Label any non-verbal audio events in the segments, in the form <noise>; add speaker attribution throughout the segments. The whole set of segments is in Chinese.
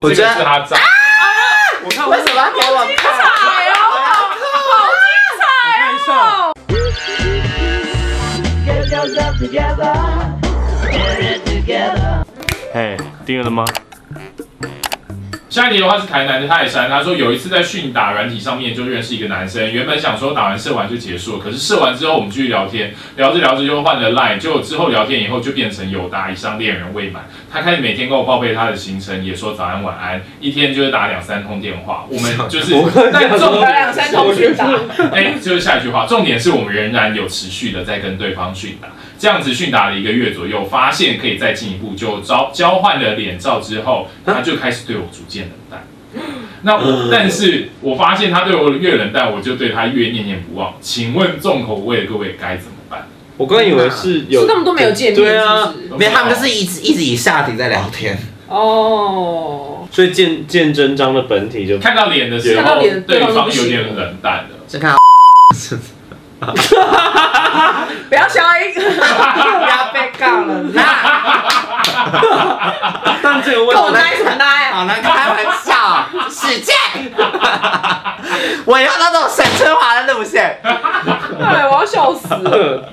Speaker 1: 我觉
Speaker 2: 这个是
Speaker 1: 得
Speaker 2: 他在。啊我看我
Speaker 1: 啊 <laughs> 为什么要给我看？
Speaker 3: 哎呦，好精彩！
Speaker 2: 看一下，
Speaker 4: 哎，订阅了吗？
Speaker 2: 下一题的话是台南的泰山，他说有一次在训打软体上面就认识一个男生，原本想说打完射完就结束了，可是射完之后我们继续聊天，聊着聊着就换了 line，就之后聊天以后就变成友达以上恋人未满，他开始每天跟我报备他的行程，也说早安晚安，一天就是打两三通电话，我们就是但重
Speaker 3: 我
Speaker 2: 点
Speaker 3: 两三同学打，
Speaker 2: <laughs> 哎，就是下一句话，重点是我们仍然有持续的在跟对方训打，这样子训打了一个月左右，发现可以再进一步，就交交换了脸照之后，他就开始对我逐渐冷淡。那
Speaker 1: 嗯
Speaker 2: 我，但是我发现他对我越冷淡，我就对他越念念不忘。请问重口味的各位该怎么办？
Speaker 4: 我刚以为是有，
Speaker 3: 是他们都没有见面，
Speaker 4: 对
Speaker 3: 是
Speaker 4: 啊
Speaker 3: 不是
Speaker 1: 没有，他们就是一直一直以下体在聊天。
Speaker 3: 哦，
Speaker 4: 所以见见真章的本体就
Speaker 2: 看到脸的时
Speaker 3: 看到
Speaker 2: 候，
Speaker 3: 脸
Speaker 2: 对
Speaker 3: 对方
Speaker 2: 方
Speaker 3: 就不
Speaker 2: 有
Speaker 3: 行
Speaker 2: 点冷淡了。 <laughs>
Speaker 1: 先看到
Speaker 3: 不要消音，不要被告了，那
Speaker 4: 但这个问
Speaker 3: 够
Speaker 4: 题，
Speaker 3: 奶什么奶啊？
Speaker 1: 好难开玩笑，使劲！我要那种沈春华的路线。
Speaker 3: 哎，我要笑死了，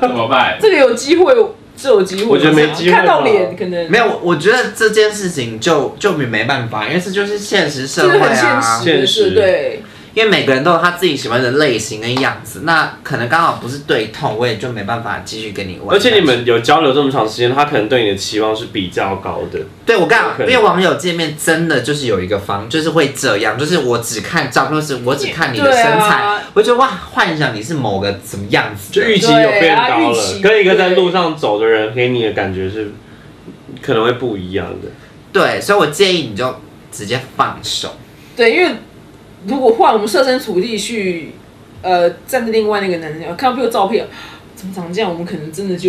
Speaker 2: 怎么办？
Speaker 3: 这个有机会，这有机会，
Speaker 4: 我觉得没机会吧
Speaker 3: 看到脸可能
Speaker 1: 没有，我我觉得这件事情就就没没办法，因为这就是现实社
Speaker 3: 这
Speaker 1: 会
Speaker 3: 是很现
Speaker 1: 啊。
Speaker 3: 实的事，
Speaker 4: 现实
Speaker 3: 对，
Speaker 1: 因为每个人都有他自己喜欢的类型跟样子，那可能刚好不是对痛，我也就没办法继续跟你玩。
Speaker 4: 而且你们有交流这么长时间，他可能对你的期望是比较高的。
Speaker 1: 对啊我干
Speaker 4: 有，可
Speaker 1: 因
Speaker 4: 能
Speaker 1: 为网友见面真的就是有一个方，就是会这样，就是我只看照片，或是我只看你的
Speaker 3: 对
Speaker 1: 身
Speaker 3: 啊
Speaker 1: 材，我觉得哇，幻想你是某个什么样子
Speaker 4: 就
Speaker 1: 的。
Speaker 4: 预期有
Speaker 3: 对
Speaker 4: 变
Speaker 3: 啊
Speaker 4: 高
Speaker 3: 预
Speaker 4: 了
Speaker 3: 期，
Speaker 4: 跟一个在路上走的人给你的感觉是可能会不一样的。
Speaker 1: 对，所以我建议你就直接放手。
Speaker 3: 对，因为如果换我们设身处地去，呃，站在另外那个男生，看到这个照片，怎么长这样，我们可能真的就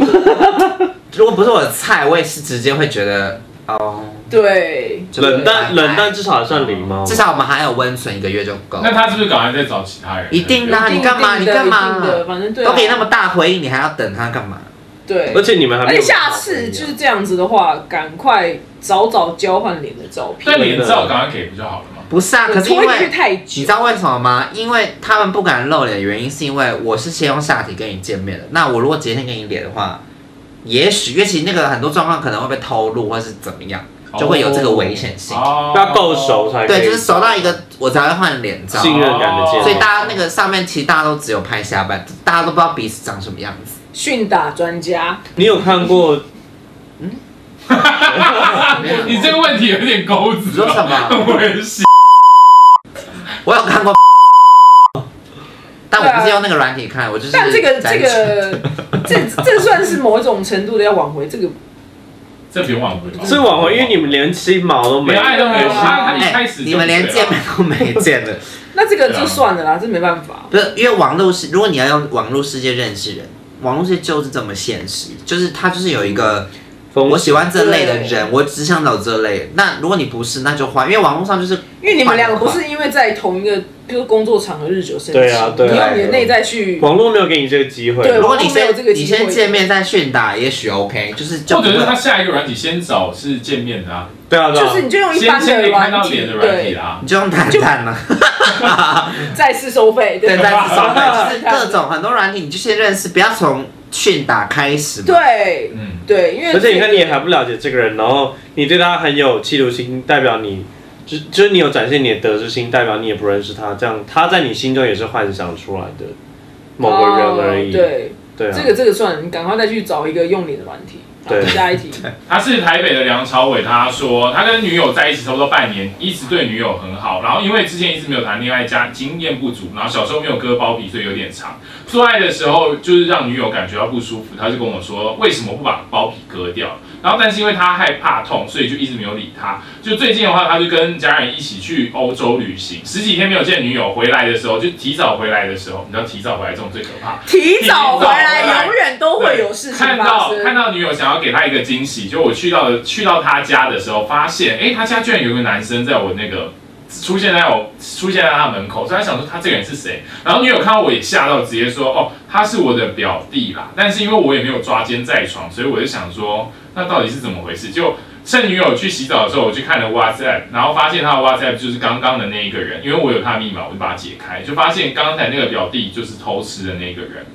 Speaker 1: 如果不是我的菜，我也是直接会觉得哦，
Speaker 3: 对，
Speaker 1: 就
Speaker 4: 冷淡
Speaker 1: 拜拜
Speaker 4: 冷淡至少还算礼貌
Speaker 1: 哎至。少我们还有温存一个月就够。
Speaker 2: 那他是不是赶快再找其他人？
Speaker 1: 一定的啊你干嘛
Speaker 3: 一定的
Speaker 1: 你干嘛
Speaker 3: 一定的反正对啊，
Speaker 1: 都给那么大回应，你还要等他干嘛？
Speaker 3: 对，
Speaker 4: 而且你们还没
Speaker 3: 而
Speaker 4: 有
Speaker 3: 且哎下次就是这样子的话，赶快早早交换脸的照片，
Speaker 2: 但脸照赶快给不就好了吗？
Speaker 1: 不是啊，可是因
Speaker 3: 拖延
Speaker 1: 为
Speaker 3: 去太
Speaker 1: 你
Speaker 3: 久
Speaker 1: 知，道为什么吗？因为他们不敢露脸的原因，是因为我是先用下体跟你见面的。那我如果直接先跟你脸的话，也许，因为其实那个很多状况可能会被透露，或是怎么样，就会有这个危险性。
Speaker 2: 哦
Speaker 4: 要够熟才可以
Speaker 1: 对，就是熟到一个我才会换脸照，
Speaker 4: 信任感的建立。
Speaker 1: 所以大家那个上面其实大家都只有拍下半，大家都不知道彼此长什么样子。
Speaker 3: 训打专家，
Speaker 4: 你有看过
Speaker 2: <laughs> 你这个问题有点钩子、哦，
Speaker 1: 你说什么
Speaker 2: 很危险。
Speaker 1: 我有看过，但我不是用那个软体看，我就是
Speaker 3: 但这个
Speaker 1: 在
Speaker 3: 这
Speaker 1: <laughs>
Speaker 3: 个这这算是某一种程度的要挽回这个，
Speaker 2: 这不用挽回吧？
Speaker 4: 是挽回，因为你们连鸡毛都没有
Speaker 2: 连。爱都没有，
Speaker 3: 对啊
Speaker 2: 他一开
Speaker 1: 哎，
Speaker 2: 始就
Speaker 1: 你们连见面都没见了，
Speaker 3: 那这个
Speaker 1: 啊
Speaker 3: 就算了啦，这没办法，
Speaker 1: 不是，因为网络是，如果你要用网络世界认识人，网络世界就是这么现实，就是它就是有一个
Speaker 4: 风
Speaker 1: 我喜欢这类的
Speaker 3: 嗯对
Speaker 1: 人，我只想找这类。那如果你不是，那就换，因为网络上就是
Speaker 3: 因为你们两个不
Speaker 1: 换
Speaker 3: 是因为在同一个，比如工作场合日久生情，
Speaker 4: 对啊对
Speaker 1: 啊
Speaker 3: 你用你的内在去，
Speaker 4: 网络没有给你这个机会。
Speaker 3: 对
Speaker 1: 如果你
Speaker 3: 网络没有这个
Speaker 1: 先
Speaker 3: 机
Speaker 1: 你
Speaker 3: 会
Speaker 1: 先见面再训打，也许 OK，就是就
Speaker 2: 换，或
Speaker 1: 不
Speaker 2: 者是他
Speaker 1: 会。
Speaker 2: 下一个软体先找是见面的啊，
Speaker 4: 对啊，对
Speaker 3: 就是
Speaker 4: 啊。
Speaker 3: 你就用一
Speaker 2: 先
Speaker 3: 般
Speaker 2: 先可
Speaker 3: 的
Speaker 2: 以看
Speaker 3: 软
Speaker 2: 到
Speaker 3: 体，
Speaker 2: 脸的软体啊
Speaker 3: 对，
Speaker 2: 啦。
Speaker 1: 你就用谈谈了，
Speaker 3: 再次收费， <laughs>
Speaker 1: 对，
Speaker 3: 吧
Speaker 1: 但是手段就是
Speaker 3: 对
Speaker 1: 各种很多软体，你就先认识，不要从训打开始。，
Speaker 3: 对
Speaker 2: 嗯，
Speaker 3: 对，因为
Speaker 4: <laughs> 而且你看，你也
Speaker 3: 这个
Speaker 4: 还不了解这个人，然后你对他很有企图心，代表你就就是你有展现你的得失心，代表你也不认识他，这样他在你心中也是幻想出来的某个人而已。
Speaker 3: 哦对，
Speaker 4: 对啊，
Speaker 3: 这个这个算，你赶快再去找一个用脸的软体。好
Speaker 4: 对
Speaker 3: 下一题。
Speaker 2: 他是台北的梁朝伟，他说他跟女友在一起差不多半年，一直对女友很好，然后因为之前一直没有谈恋爱，加经验不足，然后小时候没有割包皮，所以有点长。做爱的时候就是让女友感觉到不舒服，他就跟我说为什么不把包皮割掉？然后但是因为他害怕痛，所以就一直没有理他。就最近的话，他就跟家人一起去欧洲旅行，十几天没有见女友，回来的时候就提早回来的时候，你知道提早回来这种最可怕。
Speaker 3: 提早回来，永远都会有事情
Speaker 2: 看
Speaker 3: 发
Speaker 2: 到看
Speaker 3: 生。
Speaker 2: 到女友想要给他一个惊喜，就我去到了去到他家的时候，发现哎、诶他家居然有一个男生在我那个出现在我出现在他门口，所以他想说他这个人是谁。然后女友看到我也吓到，直接说哦，他是我的表弟啦。但是因为我也没有抓奸在床，所以我就想说那到底是怎么回事？就趁女友去洗澡的时候，我去看了 WhatsApp，然后发现她的 WhatsApp 就是刚刚的那一个人，因为我有她的密码，我就把它解开，就发现刚才那个表弟就是偷吃的那个人。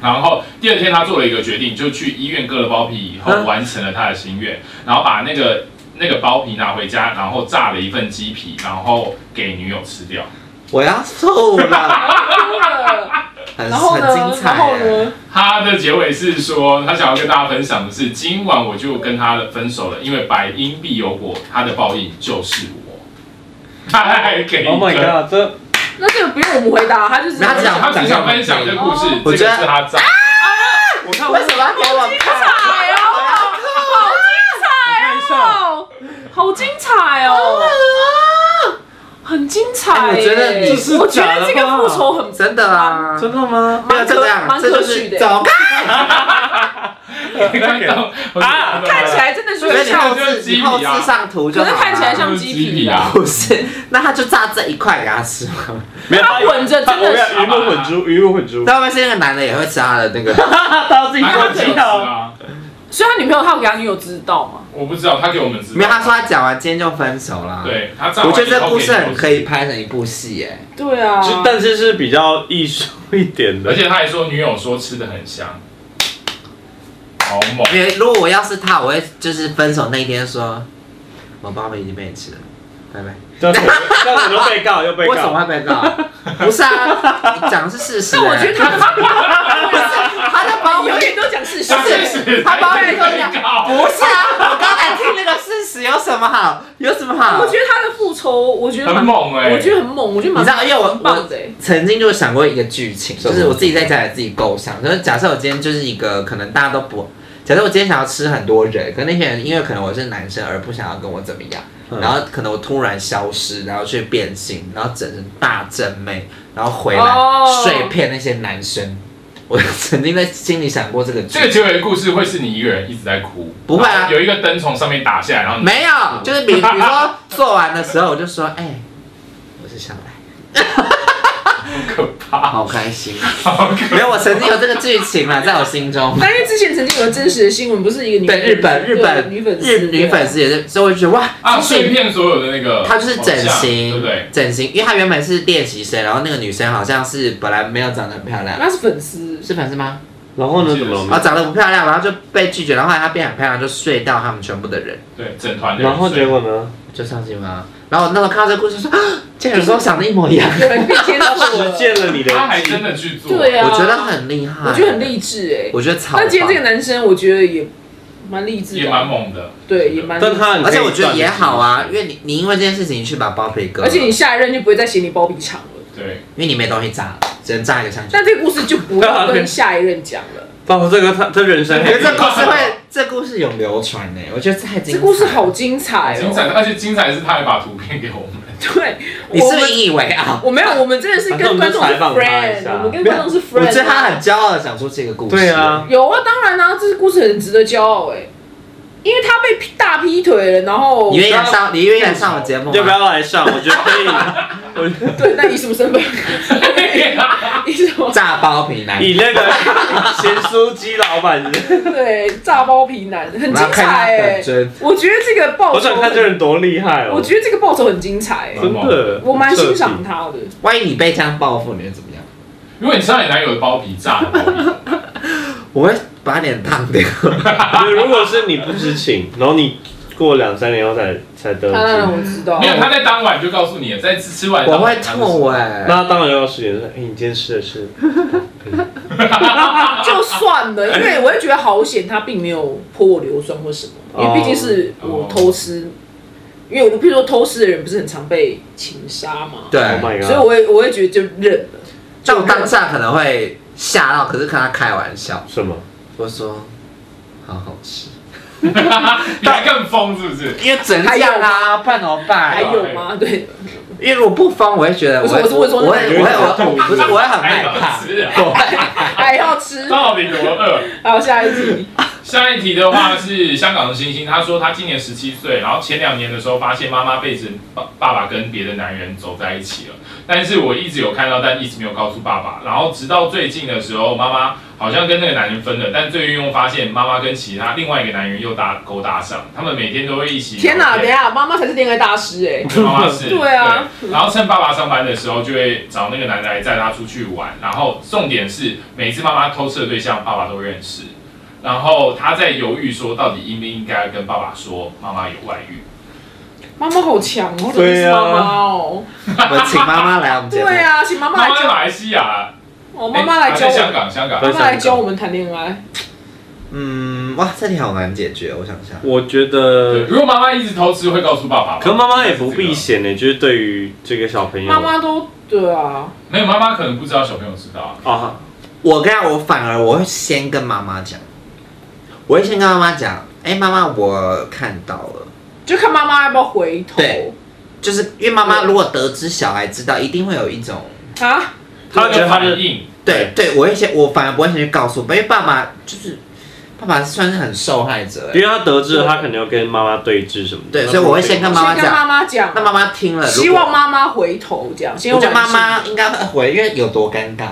Speaker 2: 然后第二天，他做了一个决定，就去医院割了包皮以后，
Speaker 1: 嗯
Speaker 2: 完成了他的心愿，然后把那个那个包皮拿回家，然后炸了一份鸡皮，然后给女友吃掉。
Speaker 1: 我要吐了，
Speaker 3: <laughs>
Speaker 1: 很
Speaker 3: 然后
Speaker 1: 很
Speaker 3: 呢
Speaker 1: 精？彩
Speaker 3: 然后
Speaker 1: 耶。
Speaker 3: 呢？
Speaker 2: 他的结尾是说，他想要跟大家分享的是，今晚我就跟他分手了，因为百因必有果，他的报应就是我。 <laughs> 他还给一个
Speaker 4: Oh my god，这
Speaker 3: 那这个不用我们回答，他就是
Speaker 1: 他讲
Speaker 2: 他只想分享这故事，
Speaker 1: 我
Speaker 2: 这
Speaker 1: 觉
Speaker 2: 个
Speaker 1: 得
Speaker 2: 是
Speaker 3: <laughs>
Speaker 2: 他在。
Speaker 4: 我看我
Speaker 1: 为什么要给我看？
Speaker 3: 哎呦好
Speaker 4: 看一下，
Speaker 3: 精彩哦，好精彩哦，啊很精彩耶。
Speaker 1: 哎我觉得你
Speaker 4: 是
Speaker 3: 我觉
Speaker 4: 假
Speaker 3: 得
Speaker 4: 的
Speaker 3: 这个
Speaker 4: 吧
Speaker 3: 复仇
Speaker 1: <laughs>
Speaker 3: 很
Speaker 1: 真的啊，
Speaker 4: 真的吗？
Speaker 1: 没有就这样，
Speaker 3: 蛮
Speaker 1: 这
Speaker 3: 可
Speaker 1: 就
Speaker 3: 取
Speaker 1: 是
Speaker 3: 的
Speaker 1: 走开。
Speaker 2: 看到
Speaker 4: 啊
Speaker 3: 看起来真的是
Speaker 1: 所以你
Speaker 3: 有
Speaker 1: 后
Speaker 2: 这就是
Speaker 1: 置
Speaker 2: 鸡
Speaker 1: 你
Speaker 2: 皮啊
Speaker 1: 后置上图就
Speaker 3: 可
Speaker 1: 好了。
Speaker 3: 是看起来像鸡皮
Speaker 2: 啊，
Speaker 1: <laughs> 不是，那他就炸这一块给他吃吗？
Speaker 4: 没有，
Speaker 3: 他混着真的是
Speaker 4: 鱼目混珠，鱼目
Speaker 3: <laughs>
Speaker 4: 混珠，
Speaker 1: 那会不会是那个男的也会吃他的那个？
Speaker 4: 他自
Speaker 2: <laughs>
Speaker 4: 己
Speaker 2: 他
Speaker 4: 做
Speaker 2: 很羞
Speaker 4: 记
Speaker 2: 耻
Speaker 4: 号。
Speaker 2: 啊！
Speaker 3: 所以他女朋友他有给他女友知道吗？
Speaker 2: 我不知道，他给我们知道。
Speaker 1: 没有，他说他讲完今天就分手啦。，
Speaker 2: 对他炸完
Speaker 1: 我觉得
Speaker 2: 以后
Speaker 1: 这故事很可以
Speaker 2: 给
Speaker 1: 拍成一部戏耶。
Speaker 3: 对啊
Speaker 4: 就但是是比较艺术一点
Speaker 2: 你东西，而
Speaker 4: 的，
Speaker 2: 且他还说女友说吃的很香，好猛！
Speaker 1: 因为如果我要是他，我会就是分手那一天说，我包面已经被你吃了，拜拜。
Speaker 4: 这样子我这样子就被告又被
Speaker 1: 为什么
Speaker 4: 告。
Speaker 1: 会被告？不是啊，你讲的是事实耶。
Speaker 3: 但我觉得他的
Speaker 1: 他的
Speaker 3: <laughs> 他
Speaker 1: 包
Speaker 3: 永
Speaker 1: 面
Speaker 3: 远都讲事实
Speaker 2: 他。确实
Speaker 1: 他包面都讲
Speaker 2: 被告
Speaker 1: 不是啊，我刚才听那个事实有什么好？有什么好
Speaker 3: 我？觉得他的复仇，我觉得
Speaker 2: 很
Speaker 3: 蛮，
Speaker 2: 猛哎、
Speaker 3: 我觉得很猛，我觉得蛮
Speaker 1: 你知道因为我
Speaker 3: 蛮棒的欸。
Speaker 1: 曾经就想过一个剧情，
Speaker 4: 什
Speaker 1: 就
Speaker 4: 么
Speaker 1: 是我自己在家里自己构想，就是假设我今天就是一个可能大家都不，假设我今天想要吃很多人，可那些人因为可能我是男生而不想要跟我怎么样，
Speaker 4: 嗯
Speaker 1: 然后可能我突然消失，然后去变性，然后整成大正妹，然后回来
Speaker 3: 哦
Speaker 1: 睡骗那些男生。我曾经在心里想过这个剧
Speaker 2: 这个结尾的故事会是你一个人一直在哭，
Speaker 1: 不会啊
Speaker 2: 然后有一个灯从上面打下来，然后你
Speaker 1: 没有，就是比比如说做完的时候，我就说，哎、我是小白，
Speaker 2: 很可怕， <laughs>
Speaker 1: 好开心。啊
Speaker 2: 好可怕
Speaker 1: 没有，我曾经有这个剧情了，在我心中。
Speaker 3: 但因为之前曾经有个真实的新闻，不是一个女
Speaker 1: 对日本日本
Speaker 3: 对女粉丝
Speaker 1: 日女粉
Speaker 3: 丝
Speaker 1: 丝也是，所以我就觉得哇，
Speaker 2: 啊！
Speaker 1: 这是
Speaker 2: 碎片所有的那个，
Speaker 1: 她就是整形，
Speaker 2: 对不对？
Speaker 1: 整形，因为她原本是练习生，然后那个女生好像是本来没有长得很漂亮，
Speaker 3: 那是粉丝，
Speaker 1: 是粉丝吗？
Speaker 4: 然后呢？怎么
Speaker 1: 啊，
Speaker 4: 了？
Speaker 1: 长得不漂亮，然后就被拒绝，然后后来她变很漂亮，就睡到他们全部的人，
Speaker 2: 对，整团的人
Speaker 4: 然后结果呢？
Speaker 1: 就上新闻啊。然后我那时候看到这个故事说，啊竟然有时候想的一模一样，
Speaker 3: 有人被接到我
Speaker 4: 实
Speaker 3: 了，
Speaker 4: 践了你的
Speaker 2: 他还真的去做，
Speaker 3: 对啊，
Speaker 1: 我觉得，很厉害，
Speaker 3: 我觉得很，励志哎。
Speaker 1: 我觉得超棒。
Speaker 3: 但今天这个男生，我觉得也蛮励志
Speaker 2: 也蛮
Speaker 3: 的，啊
Speaker 2: 猛的，
Speaker 3: 对，也蛮。
Speaker 4: 但他很
Speaker 1: 而且我觉得也好啊，因为你你因为这件事情去把包皮割了，
Speaker 3: 而且你下一任就不会再嫌你包皮长了。
Speaker 2: 对，
Speaker 1: 因为你没东西炸了，只能炸一个香蕉。
Speaker 3: 但这个故事就不要跟下一任讲了。
Speaker 4: 包括这个他他人生 <laughs>
Speaker 1: 我觉得这
Speaker 4: 很
Speaker 1: 故事会，这故事有流传呢、我觉得 <laughs> 太精彩。
Speaker 3: 这故事，好精彩
Speaker 2: 精彩
Speaker 3: 哦！
Speaker 2: 的，而且精彩的是他还把图片给我们，
Speaker 3: 对，
Speaker 1: 你是
Speaker 3: 我
Speaker 1: 不是
Speaker 3: 们
Speaker 1: 引以为傲？
Speaker 3: 我没有，我们真的是跟观众是
Speaker 4: 啊反正我们就采访他一
Speaker 3: friend，
Speaker 4: 下
Speaker 3: 我们跟观众是
Speaker 1: 我
Speaker 3: friend 啊。
Speaker 1: 觉得他很骄傲的讲出这个故事。
Speaker 4: 对啊，
Speaker 3: 有啊，当然啦、这这故事很值得骄傲哎、因为他被劈大劈腿了，然后
Speaker 1: 你愿意来上，你愿意来上我节目吗？
Speaker 4: 要不要来上？我觉得可以，我觉得
Speaker 3: 对，那以什么身
Speaker 4: <laughs>
Speaker 3: 份？以什么？
Speaker 1: 炸包皮男？
Speaker 4: 以 <laughs> 那个咸酥鸡老板，
Speaker 3: 对，炸包皮男很
Speaker 1: 我
Speaker 3: 精
Speaker 1: 要看他
Speaker 3: 彩哎、
Speaker 1: 本真。
Speaker 3: 我觉得这个报
Speaker 4: 我
Speaker 3: 酬，
Speaker 4: 想看这人多厉害哦！
Speaker 3: 我觉得这个报酬很精彩、欸，
Speaker 4: 真的，
Speaker 3: 我蛮欣赏他的。
Speaker 1: 万一你被这样报复，你会怎么样？
Speaker 2: <laughs> 如果你知道你男友的包皮炸了，包皮
Speaker 1: 我会把脸烫掉。
Speaker 4: 因为如果是你不知情，然后你过两三年后才才得
Speaker 3: 当然
Speaker 4: 知，
Speaker 3: 我知道
Speaker 2: 没，有，他在当晚就告诉你，在吃吃完
Speaker 1: <laughs> 我
Speaker 2: 当
Speaker 1: 会
Speaker 2: 晚他就
Speaker 1: 吐哎、
Speaker 4: 那当然要十点说，哎，你今天吃的是
Speaker 3: <laughs> 就算了，因为我会觉得好险，他并没有泼我硫酸或什么，因为毕竟是我偷吃，因为我譬如说偷吃的人不是很常被情杀嘛，
Speaker 1: 对
Speaker 4: Oh my
Speaker 3: 所以
Speaker 4: god！
Speaker 3: 我会我会觉得就忍了。
Speaker 1: 但我当下可能会吓到，可是看他开玩笑，
Speaker 4: 什么？
Speaker 1: 我说好好吃，
Speaker 2: <laughs> 你还更疯是不是？
Speaker 1: 因为整样啊，不然怎么办
Speaker 3: 还？有吗？对，
Speaker 1: 因为我不疯，我会觉得我会
Speaker 3: 我是我是我是
Speaker 1: 我会我会我不是我会很害
Speaker 2: 还
Speaker 1: 怕
Speaker 2: 好。吃啊！
Speaker 3: 还要吃。
Speaker 2: 到底多
Speaker 1: <laughs>
Speaker 2: 饿？
Speaker 3: 好，下一题。
Speaker 2: 下一题的话是香港的星星，他说他今年十七岁，然后前两年的时候发现妈妈背着爸爸爸跟别的男人走在一起了，但是我一直有看到，但一直没有告诉爸爸。然后直到最近的时候，妈妈好像跟那个男人分了，但最近又发现妈妈跟其他另外一个男人又搭勾搭上，他们每天都会一起。
Speaker 3: 天哪，等一下，妈妈才是恋爱大师哎、
Speaker 2: 妈妈是，
Speaker 3: 对啊
Speaker 2: 对然后趁爸爸上班的时候，就会找那个男的来载他出去玩。然后重点是，每次妈妈偷吃的对象，爸爸都认识。然后他在犹豫说，到底应不应该跟爸爸说妈妈有外遇？
Speaker 3: 妈妈好强哦，真的
Speaker 4: 对
Speaker 3: 是
Speaker 4: 啊
Speaker 3: 妈妈哦。
Speaker 1: 我们请妈妈来我们节目。
Speaker 3: 对啊，请妈
Speaker 2: 妈妈
Speaker 3: 妈来
Speaker 2: 在
Speaker 3: 教，
Speaker 2: 马来西亚，
Speaker 3: 哦，妈妈来
Speaker 2: 哎
Speaker 3: 教
Speaker 2: 在香
Speaker 3: 我，
Speaker 2: 港，香港。
Speaker 3: 妈妈来教我们谈恋爱。
Speaker 1: 嗯，哇，这题好难解决，我想一下。
Speaker 4: 我觉
Speaker 2: 对
Speaker 4: 得，
Speaker 2: 如果妈妈一直偷吃，会告诉爸爸吗。
Speaker 4: 可妈妈也不避嫌呢，就是对于这个小朋友，
Speaker 3: 妈妈都对啊，
Speaker 2: 没有，妈妈可能不知道小朋友知道啊。
Speaker 4: 啊，
Speaker 1: 我跟你讲我反而我会先跟妈妈讲，我会先跟妈妈讲，哎、妈妈，我看到了，
Speaker 3: 就看妈妈要不要回头
Speaker 1: 对就是因为妈妈如果得知小孩知道，一定会有一种
Speaker 3: 啊。
Speaker 4: 他觉得他
Speaker 2: 有
Speaker 4: 的
Speaker 2: 反应，
Speaker 1: 对对，我会先，我反而不会先去告诉，因为爸爸就是爸爸算是很受害者、
Speaker 4: 因为他得知了，他可能要跟妈妈对峙什么的。
Speaker 1: 对
Speaker 4: 那
Speaker 1: 所以我会先跟妈妈
Speaker 3: 先跟
Speaker 1: 讲
Speaker 3: 妈妈讲
Speaker 1: 那，妈妈听了，如果
Speaker 3: 希望妈妈回头这样。希
Speaker 1: 我
Speaker 3: 望
Speaker 1: 觉得妈妈应该会回，因为有多尴尬。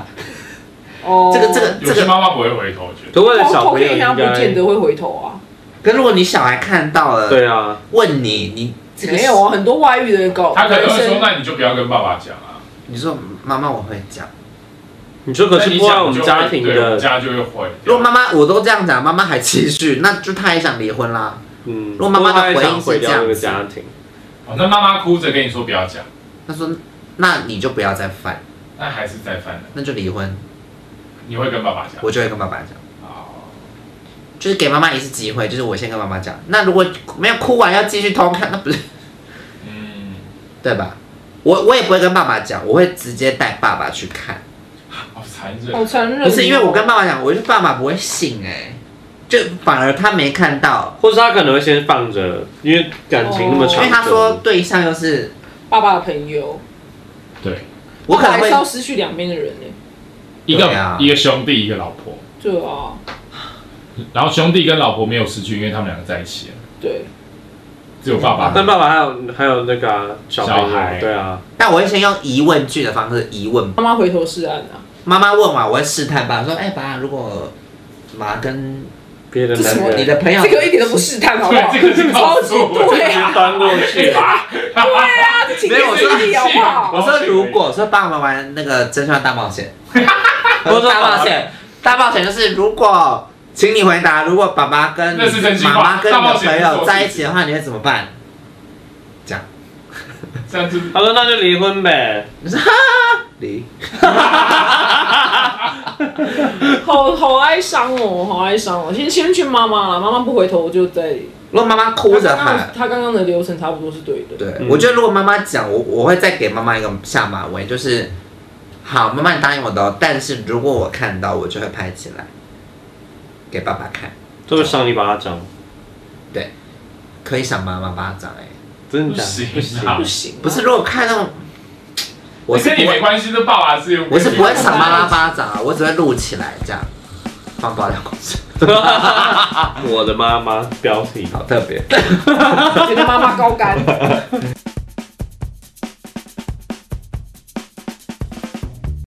Speaker 3: 哦，
Speaker 1: 这个这个
Speaker 2: 有些妈妈不会回头，我觉得。
Speaker 4: 可为了小
Speaker 3: 偷
Speaker 4: 朋友
Speaker 3: 看一
Speaker 4: 应
Speaker 3: 下不见
Speaker 4: 该，
Speaker 3: 得会回头啊。
Speaker 1: 可如果你小孩看到了，
Speaker 4: 对啊，
Speaker 1: 问你，你这个
Speaker 3: 没有啊，很多外遇的人搞，
Speaker 2: 他可能会说
Speaker 3: 男：“生
Speaker 2: 那你就不要跟爸爸讲啊。
Speaker 1: 你说妈妈我会讲。
Speaker 4: 你说可
Speaker 2: 那
Speaker 4: 是
Speaker 2: 你
Speaker 4: 破坏
Speaker 2: 讲
Speaker 4: 我们家庭
Speaker 2: 对我们
Speaker 4: 的，
Speaker 2: 家就会毁
Speaker 1: 如
Speaker 2: 掉。
Speaker 1: 果妈妈我都这样讲，妈妈还继续，那就她也想离婚啦。
Speaker 4: 嗯，
Speaker 1: 如果妈妈的
Speaker 4: 破
Speaker 1: 回
Speaker 4: 坏
Speaker 1: 应
Speaker 4: 想毁
Speaker 1: 是这
Speaker 4: 掉
Speaker 1: 样
Speaker 4: 这个
Speaker 1: 子
Speaker 4: 家庭，
Speaker 2: 哦那妈妈哭着跟你说不要讲，
Speaker 1: 她说，那你就不要再犯，
Speaker 2: 那还是再犯了。
Speaker 1: 那就离婚。
Speaker 2: 你会跟爸爸讲？
Speaker 1: 我就会跟爸爸讲，
Speaker 2: 哦
Speaker 1: 就是给妈妈一次机会，就是我先跟妈妈讲。那如果没有哭完要继续偷看，那不是
Speaker 2: 嗯，
Speaker 1: 对吧？我我也不会跟爸爸讲，我会直接带爸爸去看。
Speaker 2: 好残忍。
Speaker 3: 好残忍哦。
Speaker 1: 不是因为我跟爸爸讲，我就爸爸不会信哎、就反而他没看到，
Speaker 4: 或者他可能会先放着，因为感情那么
Speaker 1: 因
Speaker 4: 长久。
Speaker 1: 为他说对象又是
Speaker 3: 爸爸的朋友，
Speaker 2: 对，
Speaker 1: 我可
Speaker 3: 爸爸
Speaker 1: 能
Speaker 3: 还是要
Speaker 1: 会
Speaker 3: 失去两边的人呢。
Speaker 2: 一
Speaker 1: 对啊
Speaker 2: 个一个兄弟，一个老婆。
Speaker 3: 对啊，
Speaker 2: 然后兄弟跟老婆没有失去，因为他们两个在一起了，
Speaker 3: 对，
Speaker 2: 只有爸爸。
Speaker 4: 但爸爸还有还有那个啊小朋
Speaker 2: 小孩
Speaker 4: 友，对啊，
Speaker 1: 但我会先用疑问句的方式疑问
Speaker 3: 妈妈回头是岸啊，
Speaker 1: 妈妈问完，我会试探爸
Speaker 2: 嗯
Speaker 1: 说：“哎、爸，如果妈跟
Speaker 4: 别的
Speaker 3: 这什么
Speaker 4: 男
Speaker 1: 你
Speaker 4: 人
Speaker 1: 的朋友，
Speaker 3: 这个一点都不试探，好不好？
Speaker 2: 对 <laughs> 这个是告
Speaker 3: 超级
Speaker 2: 诉我
Speaker 4: 直
Speaker 3: 对
Speaker 4: 接
Speaker 3: 啊，
Speaker 4: 端过去，
Speaker 3: 对啊，这情节
Speaker 1: 没有我说
Speaker 3: 是一好不好？
Speaker 1: 我说如果说爸妈玩那个真相大
Speaker 2: <laughs>
Speaker 1: 冒险，
Speaker 4: 我说
Speaker 1: 大冒险，大冒险就是如果，请你回答，如果爸爸跟
Speaker 2: 那是真心
Speaker 1: 妈
Speaker 2: 话
Speaker 1: 妈跟你
Speaker 2: 大
Speaker 1: 的
Speaker 2: 冒险
Speaker 1: 朋
Speaker 2: 是
Speaker 1: 友
Speaker 2: 做
Speaker 1: 在一
Speaker 2: 自
Speaker 1: 起的话，你会怎么办？
Speaker 2: <laughs> 这样子，
Speaker 4: 他说那就离婚呗，
Speaker 1: 离，
Speaker 3: 好好哀伤哦，好哀伤哦。先先劝妈妈啦，妈妈不回头，我就在
Speaker 1: 如果妈妈哭着喊，
Speaker 3: 他刚刚的流程差不多是对的。
Speaker 1: 对、
Speaker 4: 嗯
Speaker 1: 我觉得如果妈妈讲，我我会再给妈妈一个下马威，就是好，妈妈你答应我的、哦，但是如果我看到，我就会拍起来给爸爸看，
Speaker 4: 这么赏你巴掌，
Speaker 1: 可以赏妈妈巴掌哎、
Speaker 4: 真的
Speaker 2: 不
Speaker 4: 假的
Speaker 2: 行
Speaker 4: 不行，
Speaker 2: 啊
Speaker 3: 不行啊，
Speaker 1: 不是，如果看到 <laughs> 我
Speaker 2: 你
Speaker 1: 是
Speaker 2: 跟
Speaker 1: 不
Speaker 2: 你没
Speaker 1: 会，
Speaker 2: 关系，这爸爸是有
Speaker 1: 我是不会赏妈妈巴掌啊，我只会录起来这样，放爆料公司，
Speaker 4: <laughs> 我的妈妈标题。
Speaker 1: 好特别。
Speaker 3: 觉得妈妈高干。